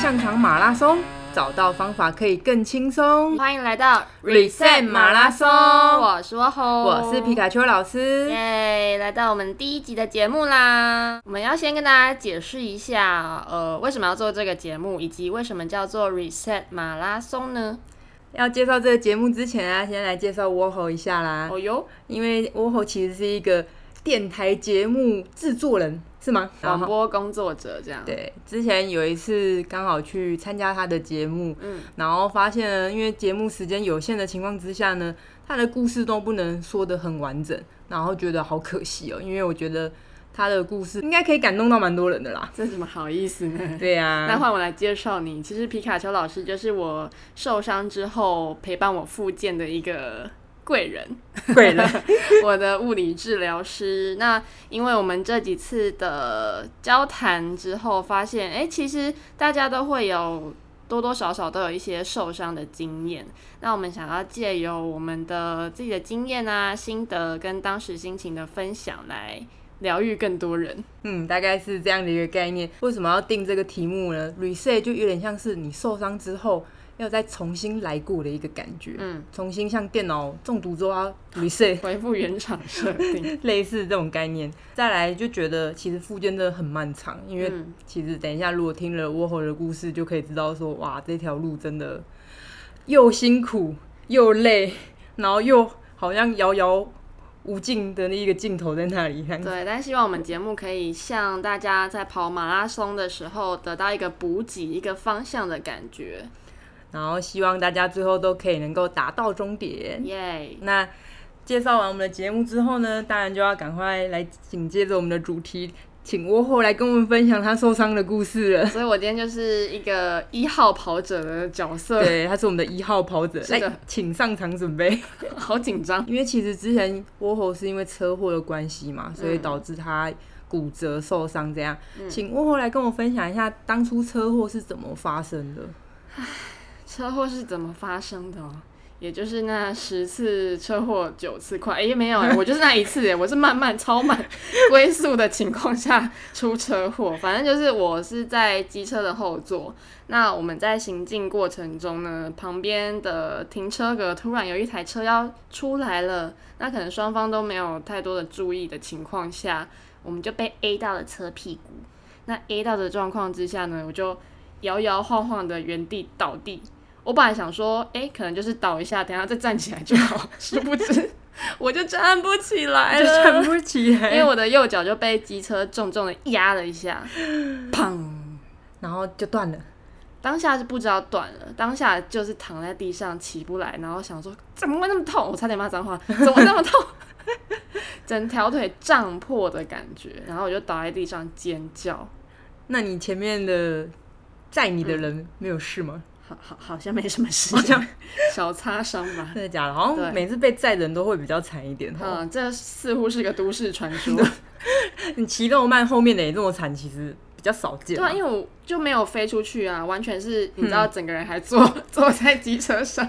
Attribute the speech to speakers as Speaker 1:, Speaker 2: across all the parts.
Speaker 1: 上场马拉松，找到方法可以更轻松。
Speaker 2: 欢迎来到
Speaker 1: Reset 马拉松
Speaker 2: 我是吼，
Speaker 1: 我是皮卡丘老师。
Speaker 2: 耶来到我们第一集的节目啦！我们要先跟大家解释一下，呃，为什么要做这个节目，以及为什么叫做 Reset 马拉松呢？
Speaker 1: 要介绍这个节目之前啊，先来介绍 w o h o 一下啦。
Speaker 2: 哦哟，
Speaker 1: 因为 w o h o 其实是一个电台节目制作人，是吗？
Speaker 2: 广
Speaker 1: 然后
Speaker 2: 播工作者这样。，
Speaker 1: 对，之前有一次刚好去参加他的节目，
Speaker 2: 嗯，
Speaker 1: 然后发现呢，因为节目时间有限的情况之下呢，他的故事都不能说的很完整，然后觉得好可惜哦，因为我觉得他的故事应该可以感动到蛮多人的啦。
Speaker 2: 这怎么好意思呢？
Speaker 1: 对啊呀、
Speaker 2: 那换我来介绍你，其实皮卡丘老师就是我受伤之后陪伴我复健的一个 贵人。
Speaker 1: 贵人
Speaker 2: 我的物理治疗师。那因为我们这几次的交谈之后，发现，哎、其实大家都会有多多少少都有一些受伤的经验。那我们想要借由我们的自己的经验啊、心得跟当时心情的分享来疗愈更多人。
Speaker 1: 嗯，大概是这样的一个概念。为什么要定这个题目呢？reset 就有点像是你受伤之后要再重新来过的一个感觉，
Speaker 2: 嗯，
Speaker 1: 重新像电脑中毒之后要 reset，
Speaker 2: 回复原厂设定。
Speaker 1: 类似这种概念。再来就觉得其实复健真的很漫长，因为
Speaker 2: 嗯，
Speaker 1: 其实等一下如果听了窝猴的故事，就可以知道说，哇，这条路真的又辛苦又累，然后又好像遥遥无尽的那一个尽头在那里。这样
Speaker 2: 对，但希望我们节目可以像大家在跑马拉松的时候得到一个补给、一个方向的感觉。
Speaker 1: 然后希望大家最后都可以能够达到终点。
Speaker 2: 耶、
Speaker 1: 那介绍完我们的节目之后呢，当然就要赶快来紧接着我们的主题，请窝后来跟我们分享他受伤的故事了。
Speaker 2: 所以我今天就是一个一号跑者的角色，
Speaker 1: 对，他是我们的一号跑者，
Speaker 2: 是的
Speaker 1: 来，请上场准备。
Speaker 2: 好紧张。
Speaker 1: 因为其实之前窝猴是因为车祸的关系嘛，所以导致他骨折受伤这样。请窝猴来跟我分享一下当初车祸是怎么发生的。
Speaker 2: 车祸是怎么发生的、哦？也就是那十次车祸九次快，哎、没有、哎，我就是那一次、哎，我是慢慢超慢 龟速的情况下出车祸。反正就是我是在机车的后座，那我们在行进过程中呢，旁边的停车格突然有一台车要出来了，那可能双方都没有太多的注意的情况下，我们就被 A 到了车屁股。那 A 到的状况之下呢，我就摇摇晃晃的原地倒地。我本来想说，哎、可能就是倒一下，等一下再站起来就好。殊不知， 我就站不起 来
Speaker 1: 就
Speaker 2: 了，
Speaker 1: 站不起来，
Speaker 2: 因为我的右脚就被机车重重的压了一下，砰！
Speaker 1: 然后就断了。
Speaker 2: 当下是不知道断了，当下就是躺在地上起不来，然后想说怎么会那么痛？我差点骂脏话，怎么会那么痛？ 整条腿胀破的感觉，然后我就倒在地上尖叫，
Speaker 1: 那你前面的载你的人没有事吗？
Speaker 2: 好好好像没什么事，小擦伤吧。
Speaker 1: 真的假的？好
Speaker 2: 嗯对
Speaker 1: 像每次被载的人都会比较惨一点哦。
Speaker 2: 嗯，这似乎是个都市传说。
Speaker 1: 你骑那么慢，后面的也这么惨，其实比较少见
Speaker 2: 对
Speaker 1: 嘛。
Speaker 2: 啊，因为我就没有飞出去啊，完全是你知道，整个人还坐、坐在机车上。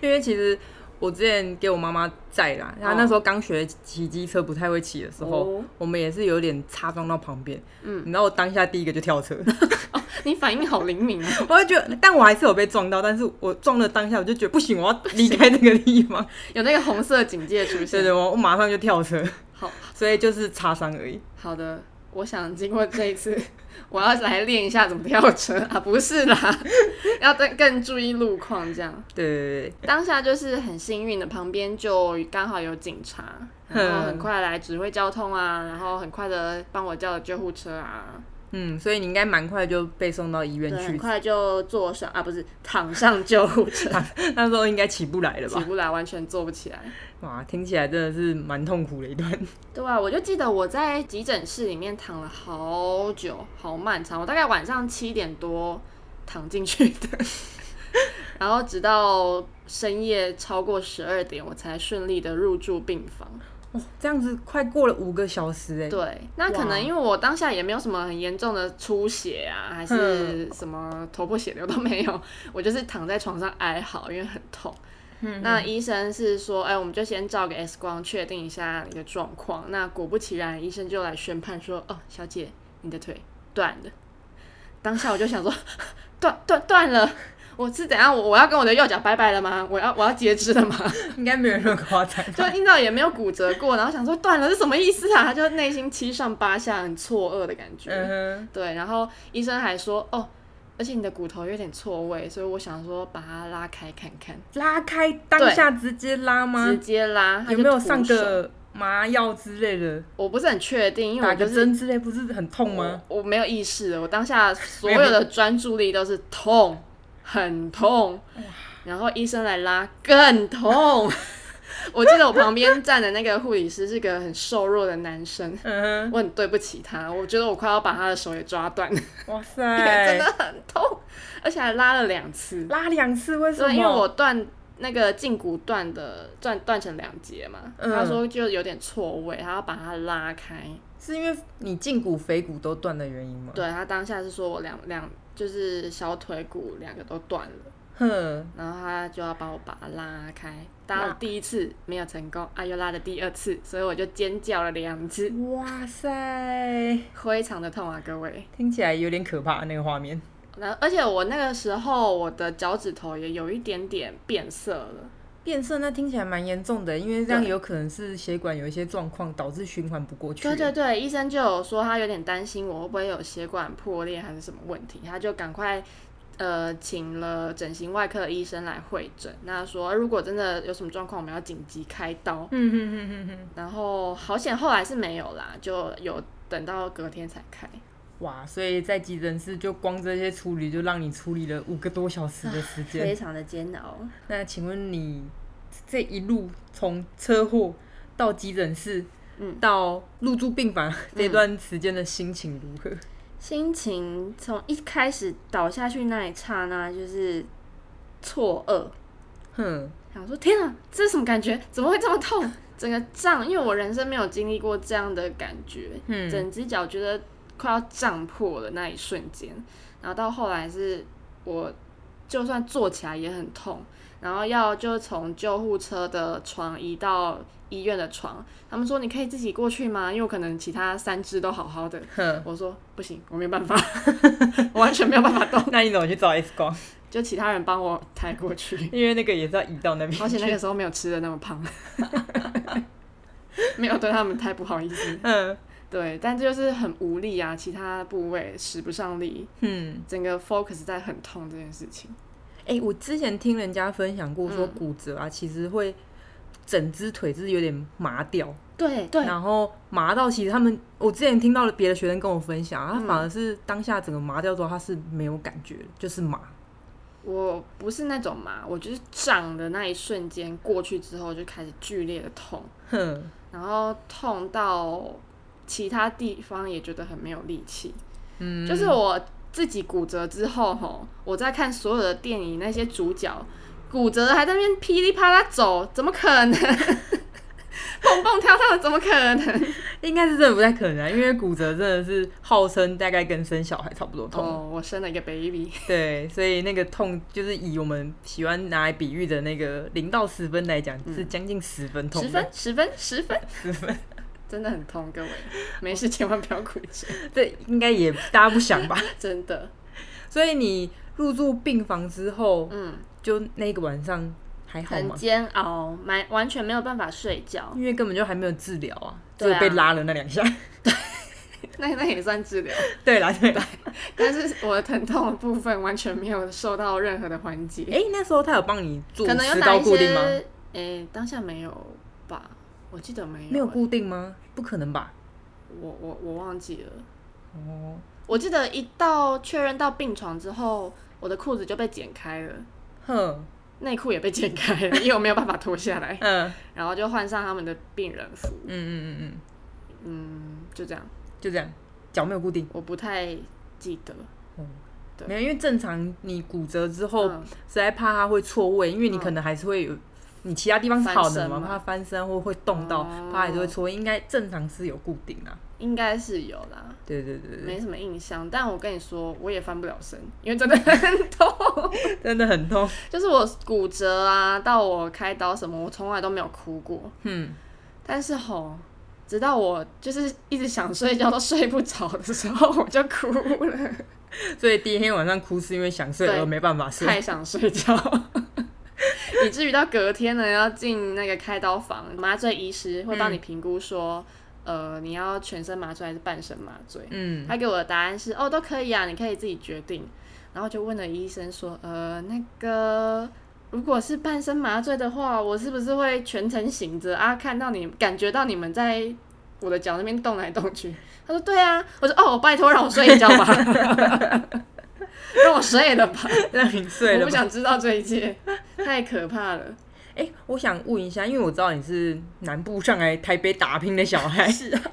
Speaker 1: 因为其实我之前给我妈妈载啦，她那时候刚学骑机车，不太会骑的时候，
Speaker 2: 哦
Speaker 1: 我们也是有点擦撞到旁边。嗯，
Speaker 2: 嗯
Speaker 1: 你知道我当下第一个就跳车，
Speaker 2: 哦你反应好灵敏啊！
Speaker 1: 我就觉得，但我还是有被撞到，但是我撞了当下我就觉得不行，我要离开这个地 方。
Speaker 2: 有那个红色警戒出
Speaker 1: 对
Speaker 2: 现。
Speaker 1: 对，我我马上就跳车，
Speaker 2: 好
Speaker 1: 所以就是擦伤而已。
Speaker 2: 好的，我想经过这一次， 我要来练一下怎么跳车啊！不是啦， 要更更注意路况这样。
Speaker 1: 对对对
Speaker 2: 当下就是很幸运的，旁边就刚好有警察，然后很快来指挥交通啊，然后很快的帮我叫了救护车啊，
Speaker 1: 嗯，所以你应该蛮快就被送到医院
Speaker 2: 对，很
Speaker 1: 去，
Speaker 2: 快就坐上啊，不是躺上救护车，
Speaker 1: 那时候应该起不来了
Speaker 2: 起
Speaker 1: 吧？
Speaker 2: 不来，完全坐不起来。
Speaker 1: 哇，听起来真的是蛮痛苦的一 段。
Speaker 2: 对啊，我就记得我在急诊室里面躺了好久，好漫长，我大概晚上七点多躺进去的， 然后直到深夜超过十二点，我才顺利的入住病房。
Speaker 1: 哦，这样子快过了五个小时哎、
Speaker 2: 对，那可能因为我当下也没有什么很严重的出血啊，还是什么头破血流都没有，我就是躺在床上哀嚎，因为很痛。
Speaker 1: 嗯
Speaker 2: 那医生是说，哎、我们就先照个 X 光确定一下你的状况。那果不其然，医生就来宣判说，哦，小姐，你的腿断了。当下我就想说， 断断断了，我是怎样？我我要跟我的右脚拜拜了吗？我要我要截肢了吗？
Speaker 1: 应该没有人那么夸张吧。
Speaker 2: 就硬到也没有骨折过，然后想说断了是什么意思啊？ 就内心七上八下，很错愕的感觉。
Speaker 1: 嗯
Speaker 2: 对，然后医生还说，哦，而且你的骨头有点错位，所以我想说把它拉开看看，
Speaker 1: 哼，拉开当下直接拉吗
Speaker 2: 直？接拉。他
Speaker 1: 有
Speaker 2: 就
Speaker 1: 没有
Speaker 2: 徒
Speaker 1: 上
Speaker 2: 手？
Speaker 1: 个麻药之类的，
Speaker 2: 我不是很确定，因为我
Speaker 1: 打
Speaker 2: 就
Speaker 1: 个
Speaker 2: 是
Speaker 1: 针之类，不是很痛吗？
Speaker 2: 我没有意识了，我 当下所有的专注力都是痛，很痛，然后医生来拉更痛。 我记得我旁边站的那个护理师是个很瘦弱的男生，
Speaker 1: 嗯
Speaker 2: 我很对不起他，我觉得我快要把他的手也抓断，了，
Speaker 1: 哼，哇
Speaker 2: 真的
Speaker 1: 塞，
Speaker 2: 很痛，而且还拉了两次。
Speaker 1: 拉两次哎为什么？
Speaker 2: 对，因为我断那个胫骨断的断断成两节嘛，
Speaker 1: 嗯
Speaker 2: 他说就有点错位，他要把它拉开。
Speaker 1: 是因为你胫骨、腓骨都断的原因吗？，
Speaker 2: 对他当下是说我两两就是小腿骨两个都断了，
Speaker 1: 哼，
Speaker 2: 然后他就要帮我把它拉开。搭
Speaker 1: 拉
Speaker 2: 了第一次没有成功，啊又拉了第二次，所以我就尖叫了两次，
Speaker 1: 哇塞，
Speaker 2: 非常的痛啊各位。
Speaker 1: 听起来有点可怕那个画面。
Speaker 2: 然后而且我那个时候我的脚趾头也有一点点变色了，
Speaker 1: 变色那听起来蛮严重的，因为这样
Speaker 2: 对
Speaker 1: 有可能是血管有一些状况导致循环不过去。
Speaker 2: 对对对，医生就有说他有点担心我会不会有血管破裂还是什么问题，他就赶快呃请了整形外科的医生来会诊。那说如果真的有什么状况，我们要紧急开刀。
Speaker 1: 嗯哼哼哼哼，
Speaker 2: 然后好险后来是没有啦，就有等到隔天才开。
Speaker 1: 哇！所以在急诊室就光这些处理就让你处理了五个多小时的时间
Speaker 2: 非。常的煎熬。
Speaker 1: 那请问你这一路从车祸到急诊室，
Speaker 2: 嗯
Speaker 1: 到入住病房这段时间的心情如何？
Speaker 2: 心情从一开始倒下去那一刹那就是错愕，
Speaker 1: 哼，
Speaker 2: 想说天啊，这是什么感觉？怎么会这么痛？整个胀，因为我人生没有经历过这样的感觉，
Speaker 1: 嗯
Speaker 2: 整只脚觉得快要胀破了那一瞬间，然后到后来是我就算坐起来也很痛，然后要就从救护车的床移到医院的床，他们说你可以自己过去吗？因为我可能其他三只都好好的，
Speaker 1: 哼，
Speaker 2: 我说不行，我没办法， 我完全没有办法动，
Speaker 1: 那你怎么去找 X 光？
Speaker 2: 就其他人帮我抬过去。
Speaker 1: 因为那个也是要移到那边。
Speaker 2: 而且那个时候没有吃的那么胖， 没有对他们太不好意思。
Speaker 1: 嗯
Speaker 2: 对，但这就是很无力啊，其他部位使不上力，
Speaker 1: 嗯，
Speaker 2: 整个 focus 在很痛这件事情。
Speaker 1: 哎、我之前听人家分享过，说
Speaker 2: 嗯
Speaker 1: 骨折啊，其实会整只腿是有点麻掉，
Speaker 2: 对对
Speaker 1: 然后麻到其实他们，我之前听到了别的学生跟我分享，他
Speaker 2: 嗯
Speaker 1: 反而是当下整个麻掉之后，他是没有感觉的，就是麻。
Speaker 2: 我不是那种嘛，我就是胀的那一瞬间过去之后就开始剧烈的痛，
Speaker 1: 哼，
Speaker 2: 然后痛到其他地方也觉得很没有力气。
Speaker 1: 嗯，
Speaker 2: 就是我自己骨折之后，吼，我在看所有的电影那些主角骨折了还在那边噼里啪啦走，怎么可能？ 蹦蹦跳跳的怎么可能？
Speaker 1: 应该是真的不太可能、啊，因为骨折真的是号称大概跟生小孩差不多痛，
Speaker 2: 哦，我生了一个 baby，
Speaker 1: 对，所以那个痛就是以我们喜欢拿来比喻的那个零到十分来讲，是将近十分痛
Speaker 2: 嗯十
Speaker 1: 的
Speaker 2: 分，十分，十分，
Speaker 1: 十分，
Speaker 2: 真的很痛，各位，没事千万不要骨折，
Speaker 1: 这应该也大家不想吧？
Speaker 2: 真的，
Speaker 1: 所以你入住病房之后，
Speaker 2: 嗯，
Speaker 1: 就那个晚上还好
Speaker 2: 很
Speaker 1: 吗？
Speaker 2: 煎熬，蛮完全没有办法睡觉，
Speaker 1: 因为根本就还没有治疗啊，只
Speaker 2: 对
Speaker 1: 有
Speaker 2: 啊
Speaker 1: 被拉了那两下。
Speaker 2: 那那也算治疗，
Speaker 1: 对啦，对啦。
Speaker 2: 但是我的疼痛的部分完全没有受到任何的缓解。
Speaker 1: 哎、那时候他有帮你做
Speaker 2: 可能有
Speaker 1: 石
Speaker 2: 哪
Speaker 1: 膏
Speaker 2: 一
Speaker 1: 固
Speaker 2: 些
Speaker 1: 定吗？？
Speaker 2: 诶、当下没有吧？我记得没有、
Speaker 1: 没有固定吗？不可能吧？
Speaker 2: 我我我忘记了。
Speaker 1: 哦，
Speaker 2: 我记得一到确认到病床之后，我的裤子就被剪开了，
Speaker 1: 哼，
Speaker 2: 内裤也被剪开 了，因为我没有办法脱下来，
Speaker 1: 嗯
Speaker 2: 然后就换上他们的病人服。
Speaker 1: 嗯嗯嗯嗯，
Speaker 2: 嗯，就这样，
Speaker 1: 就这样，脚没有固定。
Speaker 2: 我不太记得。对
Speaker 1: 没有，因为正常你骨折之后，
Speaker 2: 嗯
Speaker 1: 实在怕它会错位，因为你可能还是会有你其他地方是好的嘛，
Speaker 2: 翻身嘛
Speaker 1: 怕翻身或会动到，
Speaker 2: 哦
Speaker 1: 怕还是会错位，应该正常是有固定啊。
Speaker 2: 应该是有啦，
Speaker 1: 对对对对
Speaker 2: 没什么印象。但我跟你说，我也翻不了身，因为真的很痛。
Speaker 1: 对， 真的很痛。
Speaker 2: 就是我骨折啊，到我开刀什么，我从来都没有哭过。
Speaker 1: 嗯，
Speaker 2: 但是吼，直到我就是一直想睡觉都睡不着的时候，我就哭了，
Speaker 1: 所以第一天晚上哭是因为想睡
Speaker 2: 对
Speaker 1: 而没办法
Speaker 2: 太
Speaker 1: 睡。
Speaker 2: 想睡觉， 以至于到隔天呢要进那个开刀房，麻醉医师会帮你评估说，呃，你要全身麻醉还是半身麻醉？
Speaker 1: 嗯，
Speaker 2: 他给我的答案是哦，都可以啊，你可以自己决定。然后就问了医生说，呃，那个如果是半身麻醉的话，我是不是会全程醒着啊？看到你，感觉到你们在我的脚那边动来动去。他说对啊，我说哦，拜托让我睡一觉吧，让我睡了吧，
Speaker 1: 让你睡
Speaker 2: 我
Speaker 1: 了
Speaker 2: 不
Speaker 1: 吧。
Speaker 2: 想知道这一切，太可怕了。
Speaker 1: 哎、我想问一下，因为我知道你是南部上来台北打拼的小孩， 是啊。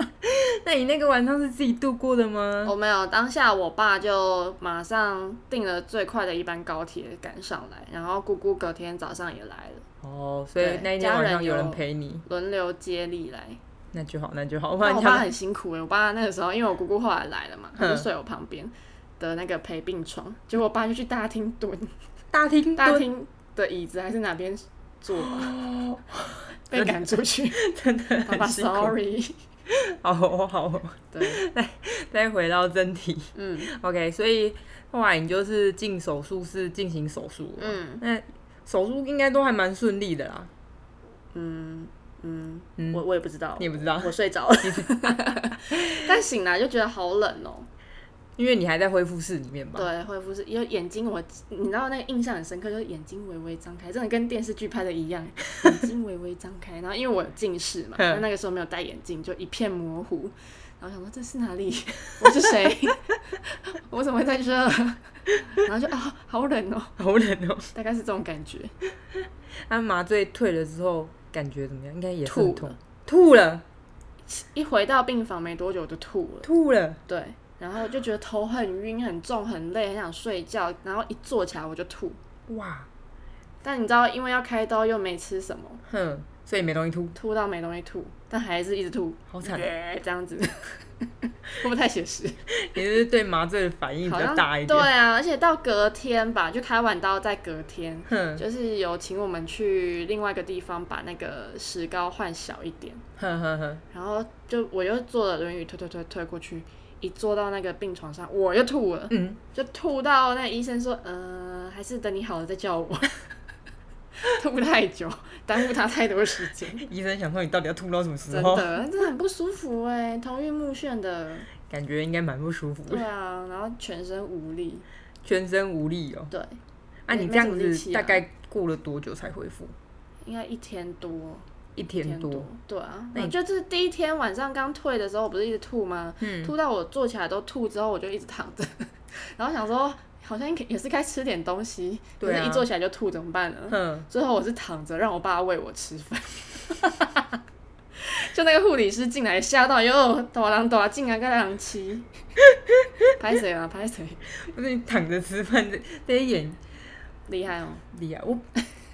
Speaker 1: 那你那个晚上是自己度过的吗？
Speaker 2: 我没有，当下我爸就马上订了最快的一班高铁赶上来，然后姑姑隔天早上也来了。
Speaker 1: 哦，所以
Speaker 2: 对
Speaker 1: 那一天
Speaker 2: 家
Speaker 1: 晚
Speaker 2: 人
Speaker 1: 上有
Speaker 2: 有
Speaker 1: 人陪你，
Speaker 2: 轮流接力来。
Speaker 1: 那就好，那就好。不
Speaker 2: 但
Speaker 1: 然
Speaker 2: 我
Speaker 1: 你
Speaker 2: 爸
Speaker 1: 想
Speaker 2: 很辛苦哎、我爸那个时候因为我姑姑后来来了嘛，
Speaker 1: 嗯
Speaker 2: 他就睡我旁边的那个陪病床，结果我爸就去大厅蹲，
Speaker 1: 大厅
Speaker 2: 大
Speaker 1: 蹲，
Speaker 2: 厅的椅子还是哪边坐吧，被赶出去。
Speaker 1: 哦 真的
Speaker 2: 爸爸
Speaker 1: 很辛苦。
Speaker 2: ，sorry。
Speaker 1: 好哦，好哦。
Speaker 2: 对，
Speaker 1: 再回到正题
Speaker 2: 嗯
Speaker 1: ，OK，所以后来你就是进手术室进行手术，
Speaker 2: 嗯
Speaker 1: 那手术应该都还蛮顺利的啦。
Speaker 2: 嗯嗯，
Speaker 1: 嗯
Speaker 2: 我我也不知道
Speaker 1: 你，也不知道，
Speaker 2: 我睡着了，但醒来就觉得好冷哦、
Speaker 1: 因为你还在恢复室里面吧？
Speaker 2: 对，恢复是因为眼睛我，你知道那个印象很深刻，就是眼睛微微张开，真的跟电视剧拍的一样，眼睛微微张开。然后因为我有近视嘛，
Speaker 1: 嗯
Speaker 2: 那那个时候没有戴眼镜，就一片模糊。然后想说这是哪里？我是谁？我怎么会在这？然后就啊、好冷哦，
Speaker 1: 好冷哦。
Speaker 2: 大概是这种感觉。
Speaker 1: 那麻醉退了之后感觉怎么样？应该也是很
Speaker 2: 吐
Speaker 1: 痛
Speaker 2: 了，
Speaker 1: 吐了，
Speaker 2: 一回到病房没多久就吐了，
Speaker 1: 吐了，
Speaker 2: 对，然后就觉得头很晕、很重、很累，很想睡觉，然后一坐起来我就吐。
Speaker 1: 哇，
Speaker 2: 但你知道，因为要开刀又没吃什么，
Speaker 1: 哼，所以没东西吐，
Speaker 2: 吐到没东西吐，但还是一直吐，
Speaker 1: 好惨。
Speaker 2: 这样子，会不会太写实？
Speaker 1: 你是对麻醉的反应比
Speaker 2: 好
Speaker 1: 较
Speaker 2: 像
Speaker 1: 大一
Speaker 2: 对
Speaker 1: 点，
Speaker 2: 啊，而且到隔天吧，就开完刀在隔天，
Speaker 1: 哼
Speaker 2: 就是有请我们去另外一个地方把那个石膏换小一点，
Speaker 1: 哼哼哼，
Speaker 2: 然后就我又坐了轮椅推推推推过去，一坐到那个病床上，我又吐了，
Speaker 1: 嗯，
Speaker 2: 就吐到那医生说，呃，还是等你好了再叫我。 吐太久，耽误他太多时间。
Speaker 1: 医生想说你到底要吐到什么 时
Speaker 2: 真
Speaker 1: 候？
Speaker 2: 的，真的很不舒服哎、 头晕目眩的。
Speaker 1: 感觉应该蛮不舒服的
Speaker 2: 对，啊，然后全身无力。
Speaker 1: 全身无力哦。
Speaker 2: 对，
Speaker 1: 啊，
Speaker 2: 没
Speaker 1: 你这样
Speaker 2: 没什么力气
Speaker 1: 子
Speaker 2: 啊
Speaker 1: 大概过了多久才恢复？
Speaker 2: 应该一天多。
Speaker 1: 一
Speaker 2: 一
Speaker 1: 天多。。
Speaker 2: 对啊，
Speaker 1: 那
Speaker 2: 我
Speaker 1: 你
Speaker 2: 就是第一天晚上刚退的时候，我不是一直吐吗？
Speaker 1: 嗯
Speaker 2: 吐到我坐起来都吐，之后我就一直躺着， 然后想说好像也是该吃点东西，可
Speaker 1: 对啊
Speaker 2: 是一坐起来就吐，怎么办呢？
Speaker 1: 哼，
Speaker 2: 最后我是躺着，让我爸喂我吃饭。 就那个护理师进来，吓到哟，大人大进来个人吃， 拍谁啊？拍谁？
Speaker 1: 不是你躺着吃饭，这这一眼
Speaker 2: 厉害哦！
Speaker 1: 厉害。我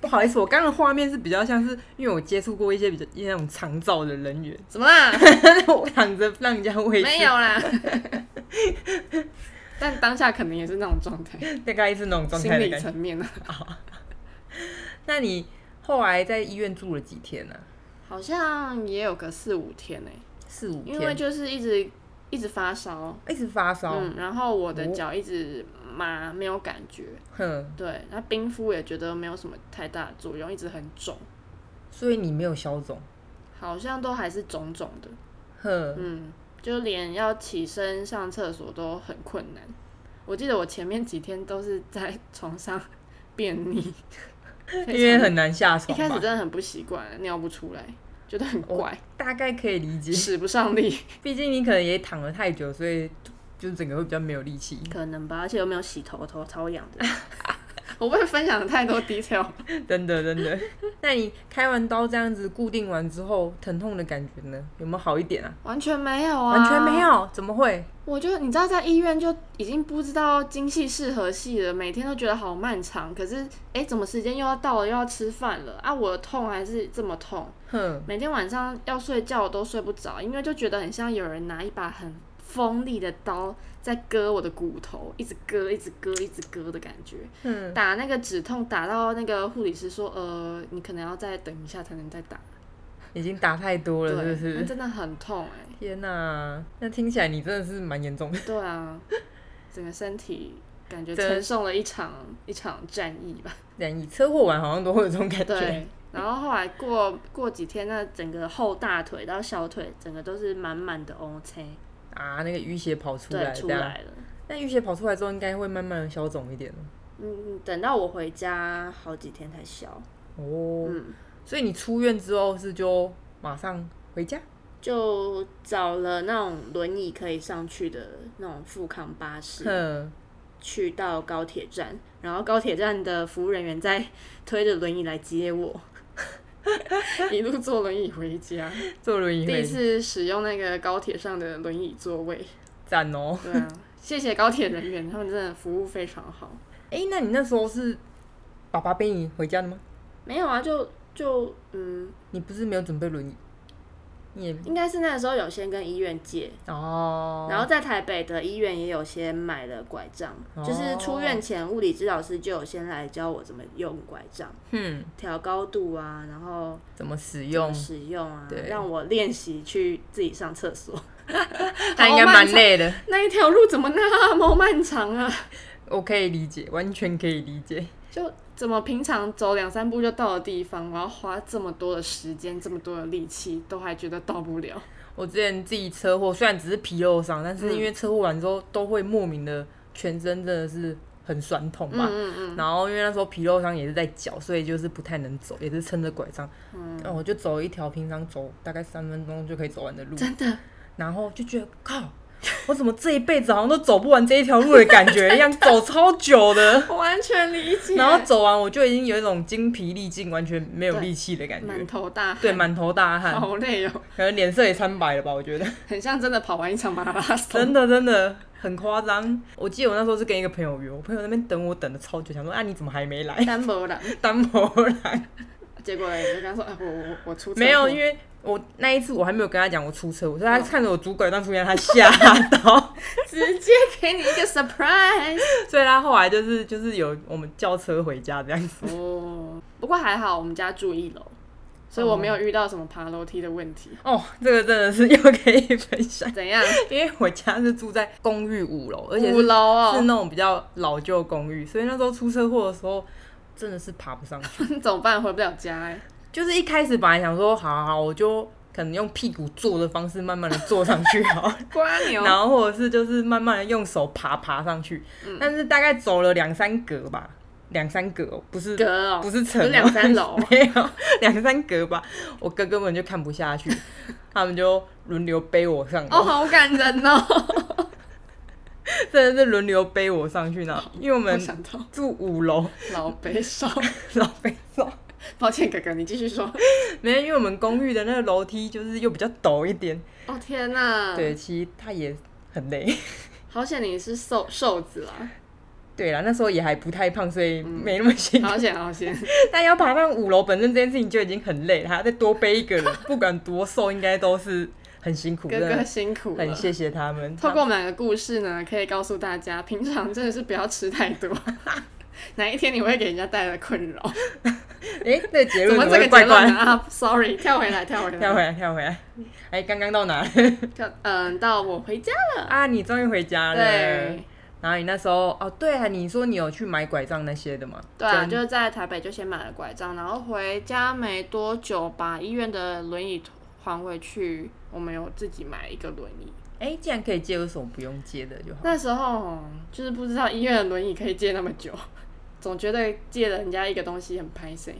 Speaker 1: 不好意思，我刚刚的画面是比较像是，因为我接触过一些比较一些那种长照的人员，
Speaker 2: 怎么啦？
Speaker 1: 我躺着让人家喂
Speaker 2: 没
Speaker 1: 食，
Speaker 2: 有啦。 但当下可能也是那种状态，
Speaker 1: 大概是那种状
Speaker 2: 心
Speaker 1: 态的
Speaker 2: 理
Speaker 1: 感觉。
Speaker 2: 层面啊，
Speaker 1: 那你后来在医院住了几天啊呢、
Speaker 2: 好像也有个四五天呢、
Speaker 1: 四五
Speaker 2: 因为
Speaker 1: 天，
Speaker 2: 就是一直一直发烧，
Speaker 1: 一直发烧，
Speaker 2: 嗯，然后我的
Speaker 1: 哦
Speaker 2: 脚一直麻，没有感觉，
Speaker 1: 哼，
Speaker 2: 对，那冰敷也觉得没有什么太大的作用，一直很肿，
Speaker 1: 所以你没有消肿，
Speaker 2: 好像都还是肿肿的，
Speaker 1: 哼，
Speaker 2: 嗯，就连要起身上厕所都很困难。我记得我前面几天都是在床上便秘，
Speaker 1: 因为很难下
Speaker 2: 一
Speaker 1: 床
Speaker 2: 开始
Speaker 1: 吧
Speaker 2: 真，的很不习惯，尿不出来，觉得很怪，
Speaker 1: 大概可以理解。
Speaker 2: 使不上力，
Speaker 1: 毕竟你可能也躺了太久，所以就就整个会比较没有力气。
Speaker 2: 可能吧。而且又没有洗头，头超痒的。 我不会分享太多 detail，
Speaker 1: 真的真 的。那你开完刀这样子固定完之后，疼痛的感觉呢？有没有好一点啊？
Speaker 2: 完全没有啊，
Speaker 1: 完全没。有，怎么会？
Speaker 2: 我就你知道，在医院就已经不知道精细是何细了，每天都觉得好漫长。可是，哎、怎么时间又要到了，又要吃饭了啊？我的痛还是这么痛，
Speaker 1: 哼，
Speaker 2: 每天晚上要睡觉我都睡不着，因为就觉得很像有人拿一把很锋利的刀在割我的骨头，一直割，一直割，一直割的感觉。
Speaker 1: 嗯，
Speaker 2: 打那个止痛打到那个护理师说，呃，你可能要再等一下才能再打。
Speaker 1: 已经打太多了，是
Speaker 2: 对，
Speaker 1: 不
Speaker 2: 那
Speaker 1: 是？
Speaker 2: 真的很痛哎、
Speaker 1: 天哪、那听起来你真的是蛮严重的。
Speaker 2: 对啊，整个身体感觉
Speaker 1: 真的
Speaker 2: 承受了 一场一场战役吧。
Speaker 1: 然你车祸完好像都会有这种感觉，
Speaker 2: 对，然后后来过过几天，那整个后大腿到小腿，整个都是满满的 O C，
Speaker 1: 啊，那个淤血跑出
Speaker 2: 对，
Speaker 1: 来
Speaker 2: 出
Speaker 1: 这样。
Speaker 2: 来了。
Speaker 1: 那淤血跑出来之后，应该会慢慢的消肿一点了
Speaker 2: 嗯，等到我回家好几天才消。
Speaker 1: 哦，
Speaker 2: 嗯，
Speaker 1: 所以你出院之后是就马上回家
Speaker 2: 就找了那种轮椅可以上去的那种富康巴士，
Speaker 1: 哼，
Speaker 2: 去到高铁站，然后高铁站的服务人员在推着轮椅来接我， 一路坐轮椅回家。
Speaker 1: 坐轮椅
Speaker 2: 第一
Speaker 1: 回
Speaker 2: 次使用那个高铁上的轮椅座位，
Speaker 1: 站哦。
Speaker 2: 对啊，谢谢高铁人员，他们真的服务非常 好。
Speaker 1: 哎、那你那时候是爸爸背你回家的吗？
Speaker 2: 没有啊，就就嗯，
Speaker 1: 你不是没有准备轮椅？你也
Speaker 2: 应该是那时候有先跟医院借，
Speaker 1: 哦，
Speaker 2: 然后在台北的医院也有先买了拐杖，
Speaker 1: 哦
Speaker 2: 就是出院前物理治疗师就有先来教我怎么用拐杖，
Speaker 1: 哼，
Speaker 2: 调高度啊，然后
Speaker 1: 怎么使
Speaker 2: 怎么
Speaker 1: 用？
Speaker 2: 使用啊，
Speaker 1: 对
Speaker 2: 让我练习去自己上 厕所。
Speaker 1: 但应该蛮累的，
Speaker 2: 那一条路怎么那么漫长啊？
Speaker 1: 我可以理解，完全可以理解。
Speaker 2: 就怎么平常走两三步就到的地方，我要花这么多的时间、这么多的力气，都还觉得到不了。
Speaker 1: 我之前自己车祸，虽然只是皮肉伤，但是因为车祸完之后都会莫名的全身真的是很酸痛嘛。
Speaker 2: 嗯嗯
Speaker 1: 然后因为那时候皮肉伤也是在脚，所以就是不太能走，也是撑着拐杖。嗯，我就走一条平常走大概三分钟就可以走完的路
Speaker 2: 嗯，，真的，
Speaker 1: 然后就觉得靠，我怎么这一辈子好像都走不完这一条路的感觉一样，走超久 的。
Speaker 2: 我完全理解。
Speaker 1: 然后走完我就已经有一种精疲力尽，完全没有力气的感
Speaker 2: 满
Speaker 1: 觉，
Speaker 2: 头大汗，
Speaker 1: 对，满头大汗，
Speaker 2: 好累哦，
Speaker 1: 可能脸色也苍白了吧，我觉得。
Speaker 2: 很像真的跑完一场马拉松。
Speaker 1: 真的真的很夸张。我记得我那时候是跟一个朋友约，我朋友那边等我等了超久，想说啊你怎么还没来？
Speaker 2: 单薄了，
Speaker 1: 单某来
Speaker 2: 结果嘞，我就跟他说，哎，我我我出车祸
Speaker 1: 没有，因为我那一次我还没有跟他讲我出车祸，所以
Speaker 2: 嗯
Speaker 1: 他看着我拄拐杖出现，他吓到，
Speaker 2: 直接给你一个 surprise
Speaker 1: 所以他后来就是就是有我们叫车回家这样子。
Speaker 2: 哦。不过还好，我们家住一楼，所以我没有遇到什么爬楼梯的问题。
Speaker 1: 哦，这个真的是 又可以分享，
Speaker 2: 怎样？
Speaker 1: 因为我家是住在公寓五楼， 而且
Speaker 2: 五
Speaker 1: 是
Speaker 2: 楼
Speaker 1: 是
Speaker 2: 哦，
Speaker 1: 那种比较老旧公寓，所以那时候出车祸的时候真的是爬不上去。
Speaker 2: 怎么办？回不了家哎。
Speaker 1: 就是一开始本来想说，好好好，我就可能用屁股坐的方式慢慢的坐上去好 了，
Speaker 2: 瓜牛
Speaker 1: 然后或者是就是慢慢的用手爬爬上去，
Speaker 2: 嗯
Speaker 1: 但是大概走了两三格吧，两三格、哦，不是
Speaker 2: 哥哦，
Speaker 1: 不是
Speaker 2: 有
Speaker 1: 层、哦，
Speaker 2: 两三楼
Speaker 1: 没有两三格吧，我哥根本就看不下 去，他们就轮流背我上楼，
Speaker 2: 哦，好感人哦。
Speaker 1: 真的是轮流背我上去呢，因为我
Speaker 2: 我
Speaker 1: 们
Speaker 2: 想到
Speaker 1: 住五楼，
Speaker 2: 老悲伤，
Speaker 1: 老背上。
Speaker 2: 抱歉哥哥，你继续说。
Speaker 1: 没有，因为我们公寓的那个楼梯就是又比较陡一点，
Speaker 2: 哦天哪，
Speaker 1: 对，，其实他也很累。
Speaker 2: 好险你是瘦瘦子 啦，
Speaker 1: 对啦，那时候也还不太胖，所以没那么辛苦。
Speaker 2: 嗯好险好险。
Speaker 1: 但要爬上五楼，本身这件事情就已经很累了，还要再多背一 个人，不管多瘦，应该都是很辛苦
Speaker 2: 哥
Speaker 1: 真
Speaker 2: 哥
Speaker 1: 的。
Speaker 2: 辛苦了
Speaker 1: 很。谢谢他们，
Speaker 2: 透过我们两个故事呢，可以告诉大家，平常真的是不要吃太多。 哪一天你会给人家带来困扰？
Speaker 1: 哎、这个结
Speaker 2: 怎
Speaker 1: 论
Speaker 2: 么
Speaker 1: 怎
Speaker 2: 这个
Speaker 1: 会怪
Speaker 2: 结论
Speaker 1: 怪
Speaker 2: 呢？啊？Sorry，跳回来，跳回来，
Speaker 1: 跳回来，跳回来。哎、刚刚到 哪了
Speaker 2: 跳嗯，到我回家了。
Speaker 1: 啊？你终于回家了。
Speaker 2: 对。
Speaker 1: 然后你那时候哦，对啊，你说你有去买拐杖那些的嘛？
Speaker 2: 对啊，
Speaker 1: 跟
Speaker 2: 就是在台北就先买了拐杖，然后回家没多久把医院的轮椅还回去，我们有自己买一个轮椅。
Speaker 1: 哎、既然可以借，为什么不用借的就好？
Speaker 2: 那时候就是不知道医院的轮椅可以借那么久，总觉得借了人家一个东西很拍谁。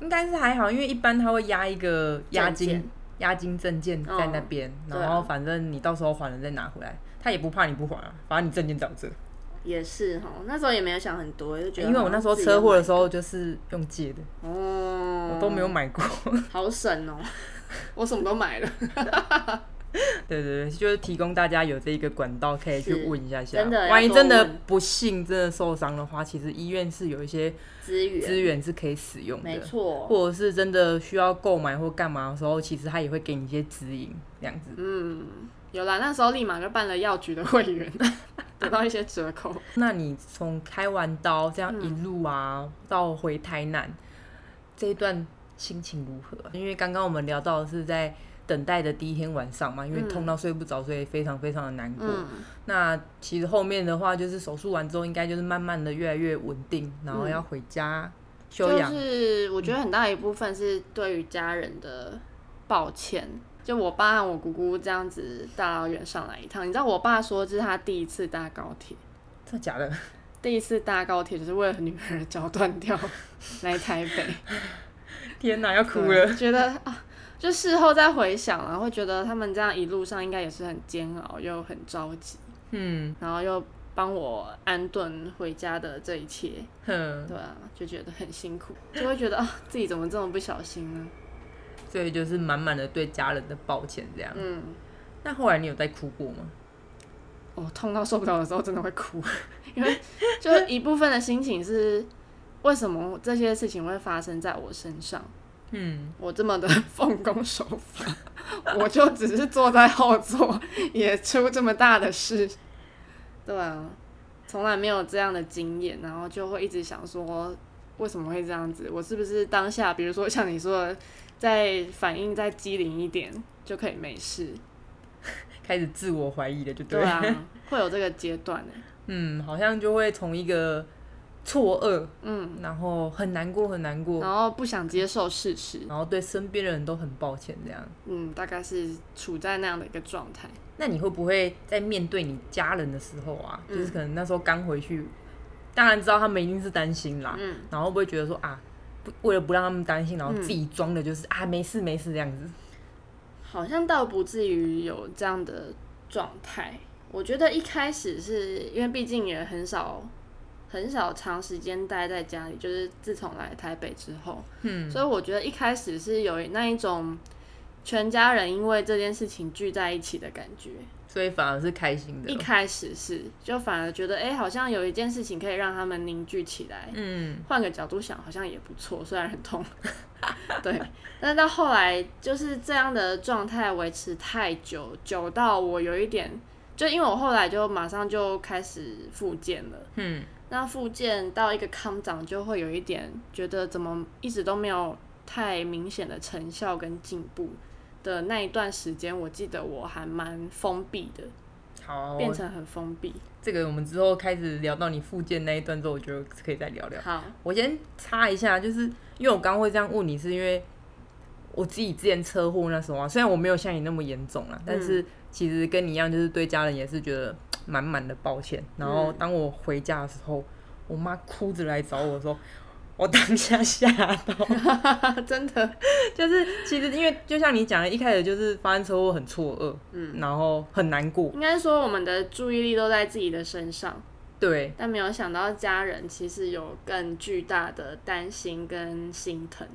Speaker 1: 应该是还好，因为一般他会压一个押
Speaker 2: 证
Speaker 1: 金
Speaker 2: 件，
Speaker 1: 押金证件在那边，
Speaker 2: 嗯
Speaker 1: 然后反正你到时候还了再拿回来，他也不怕你不还啊，反正你证件在我这。
Speaker 2: 也是哈，那时候也没有想很多，就觉得
Speaker 1: 因为我那时候车祸的时候就是用借的，
Speaker 2: 候，哦，
Speaker 1: 我都没有买过。
Speaker 2: 好省哦，我什么都买了，
Speaker 1: 对对对，就是提供大家有这一个管道可以去
Speaker 2: 是
Speaker 1: 问一下下，
Speaker 2: 真的要
Speaker 1: 万一真
Speaker 2: 多
Speaker 1: 的
Speaker 2: 问
Speaker 1: 不幸真的受伤的话，其实医院是有一些
Speaker 2: 资源
Speaker 1: 资源是可以使用
Speaker 2: 没
Speaker 1: 的。
Speaker 2: 错，
Speaker 1: 或者是真的需要购买或干嘛的时候，其实他也会给你一些指引，这样子。
Speaker 2: 嗯，有啦，那时候立马就办了药局的会员， 得到一些折扣。
Speaker 1: 那你
Speaker 2: 嗯
Speaker 1: 从开完刀这样一路啊，到回台南这一段心情如何啊、因为刚刚我们聊到的是在等待的第一天晚上嘛，因为
Speaker 2: 嗯
Speaker 1: 痛到睡不着，所以非常非常的难过。
Speaker 2: 嗯，
Speaker 1: 那其实后面的话，就是手术完之后，应该就是慢慢的越来越稳定，然后要回家休养。
Speaker 2: 嗯就是我觉得很大一部分是对于家人的抱歉。就我爸和我姑姑这样子大老远上来一趟，你知道我爸说这是他第一次搭高铁，
Speaker 1: 真的假的？
Speaker 2: 第一次搭高铁就是为了女儿脚断掉 来台北，
Speaker 1: 天哪，要哭
Speaker 2: 对
Speaker 1: 了！
Speaker 2: 觉得啊，就事后再回想然后觉得他们这样一路上应该也是很煎熬又很着急，
Speaker 1: 嗯
Speaker 2: 然后又帮我安顿回家的这一切，
Speaker 1: 哼，
Speaker 2: 对啊，就觉得很辛苦，就会觉得啊自己怎么这么不小心呢？
Speaker 1: 所以就是满满的对家人的抱歉这样。
Speaker 2: 嗯。
Speaker 1: 那后来你有在哭过吗？
Speaker 2: 我痛到受不了的时候，真的会哭， 因为就是一部分的心情是为什么这些事情会发生在我身上？
Speaker 1: 嗯，
Speaker 2: 我这么的奉公守法， 我就只是坐在后座，也出这么大的事，对啊，从来没有这样的经验，然后就会一直想说，为什么会这样子？我是不是当下，比如说像你说的，再反应再机灵一点就可以没事？
Speaker 1: 开始自我怀疑了，就对
Speaker 2: 对
Speaker 1: 了。
Speaker 2: 啊，会有这个阶段呢、欸
Speaker 1: 嗯，好像就会从一个错愕，
Speaker 2: 嗯。
Speaker 1: 然后很难过，很难过，
Speaker 2: 然后不想接受事实，
Speaker 1: 然后对身边的人都很抱歉这样。
Speaker 2: 嗯，大概是处在那样的一个状态。
Speaker 1: 那你会不会在面对你家人的时候啊，
Speaker 2: 嗯
Speaker 1: 就是可能那时候刚回去，当然知道他们一定是担心啦，
Speaker 2: 嗯
Speaker 1: 然后会不会觉得说啊，不为了不让他们担心，然后
Speaker 2: 嗯
Speaker 1: 自己装的就是、啊没事没事这样子，
Speaker 2: 好像倒不至于有这样的状态。我觉得一开始是因为毕竟也很少很少长时间待在家里，就是自从来台北之后，
Speaker 1: 嗯，
Speaker 2: 所以我觉得一开始是有那一种全家人因为这件事情聚在一起的感觉。
Speaker 1: 所以反而是开心
Speaker 2: 一
Speaker 1: 的，
Speaker 2: 开始是就反而觉得，哎、好像有一件事情可以让他们凝聚起来，
Speaker 1: 嗯
Speaker 2: 换个角度想，好像也不错，虽然很痛。 对，但是到后来就是这样的状态维持太久，久到我有一点，就因为我后来就马上就开始复健了。
Speaker 1: 嗯
Speaker 2: 那复健到一个康长，就会有一点觉得怎么一直都没有太明显的成效跟进步的那一段时间，我记得我还蛮封闭的，
Speaker 1: 好，
Speaker 2: 变成很封闭。
Speaker 1: 这个我们之后开始聊到你复健那一段之后，我觉得可以再聊聊。
Speaker 2: 好，
Speaker 1: 我先插一下，就是因为我刚刚会这样问你，是因为我自己之前车祸那时候啊，虽然我没有像你那么严重啦，但是其实跟你一样，就是对家人也是觉得满满的抱歉。然后当我回家的时候，我妈哭着来找我说。 我当下吓到，
Speaker 2: 真的，
Speaker 1: 就是其实因为就像你讲的，一开始就是发生车祸很错愕，
Speaker 2: 嗯，
Speaker 1: 然后很难过，
Speaker 2: 应该说我们的注意力都在自己的身上。
Speaker 1: 对，
Speaker 2: 但没有想到家人其实有更巨大的担心跟心疼。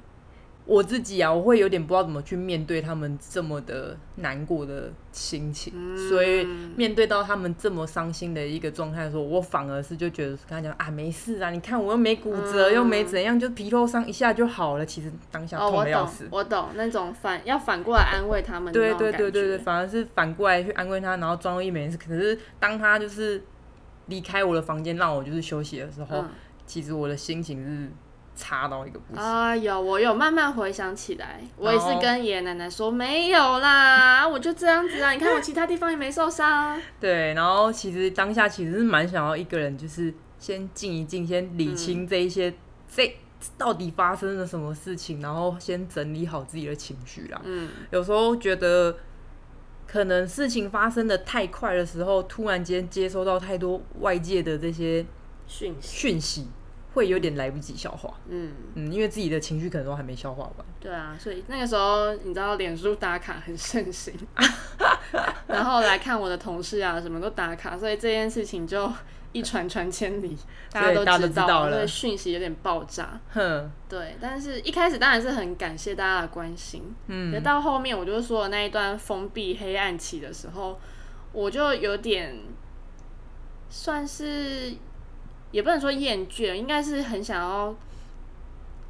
Speaker 1: 我自己啊，我会有点不知道怎么去面对他们这么的难过的心情，
Speaker 2: 嗯
Speaker 1: 所以面对到他们这么伤心的一个状态的时候，我反而是就觉得跟他讲啊，没事啊，你看我又没骨折，
Speaker 2: 嗯
Speaker 1: 又没怎样，就皮肉伤一下就好了。其实当下
Speaker 2: 哦，
Speaker 1: 痛
Speaker 2: 我
Speaker 1: 的要
Speaker 2: 懂
Speaker 1: 死，，
Speaker 2: 我懂那种反要反过来安慰他们的那
Speaker 1: 对
Speaker 2: 种
Speaker 1: 对
Speaker 2: 感
Speaker 1: 对
Speaker 2: 觉。
Speaker 1: 对对，反而是反过来去安慰他，然后装作一没事。可是当他就是离开我的房间，让我就是休息的时候，
Speaker 2: 嗯
Speaker 1: 其实我的心情是差到一个不行。
Speaker 2: 啊、有我有慢慢回想起来，我也是
Speaker 1: 然后
Speaker 2: 跟爷爷奶奶说没有啦，我就这样子啊，你看我其他地方也没受伤。
Speaker 1: 对，然后其实当下其实是蛮想要一个人，就是先静一静，先理清这一些、这到底发生了什么事情，然后先整理好自己的情绪啦。
Speaker 2: 嗯
Speaker 1: 有时候觉得可能事情发生的太快的时候，突然间接收到太多外界的这些
Speaker 2: 讯息，
Speaker 1: 讯息，会有点来不及消化。
Speaker 2: 嗯，
Speaker 1: 嗯，因为自己的情绪可能都还没消化完。
Speaker 2: 对啊，所以那个时候你知道脸书打卡很盛 行，然后来看我的同事啊，什么都打卡，所以这件事情就一传传千里，大家
Speaker 1: 对
Speaker 2: 都
Speaker 1: 大家都知道了
Speaker 2: 所以讯息有点爆炸。
Speaker 1: 哼，
Speaker 2: 对，但是一开始当然是很感谢大家的关心，
Speaker 1: 嗯，
Speaker 2: 可到后面我就说的那一段封闭黑暗期的时候，我就有点算是也不能说厌倦，应该是很想要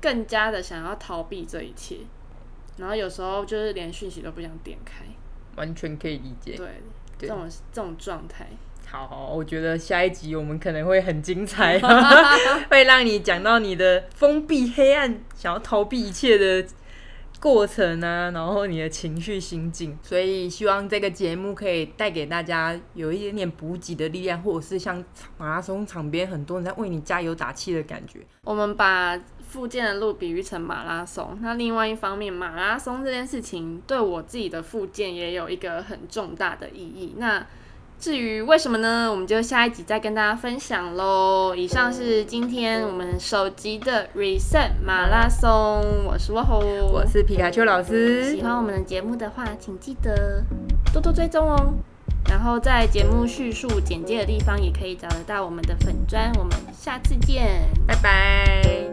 Speaker 2: 更加的想要逃避这一切，然后有时候就是连讯息都不想点开，
Speaker 1: 完全可以理解。
Speaker 2: 对，这
Speaker 1: 对
Speaker 2: 种这种状态，
Speaker 1: 好我觉得下一集我们可能会很精彩， 会让你讲到你的封闭、黑暗、想要逃避一切的过程啊，然后你的情绪心境，所以希望这个节目可以带给大家有一点点补给的力量，或者是像马拉松场边很多人在为你加油打气的感觉。
Speaker 2: 我们把附件的路比喻成马拉松，那另外一方面，马拉松这件事情对我自己的附件也有一个很重大的意义。那至于为什么呢？我们就下一集再跟大家分享喽。以上是今天我们首集的 Reset 马拉松，我是沃吼，
Speaker 1: 我是皮卡丘老师
Speaker 2: 喜，欢我们的节目的话，请记得多多追踪哦。然后在节目叙述简介的地方也可以找得到我们的粉砖。我们下次见。
Speaker 1: 拜拜。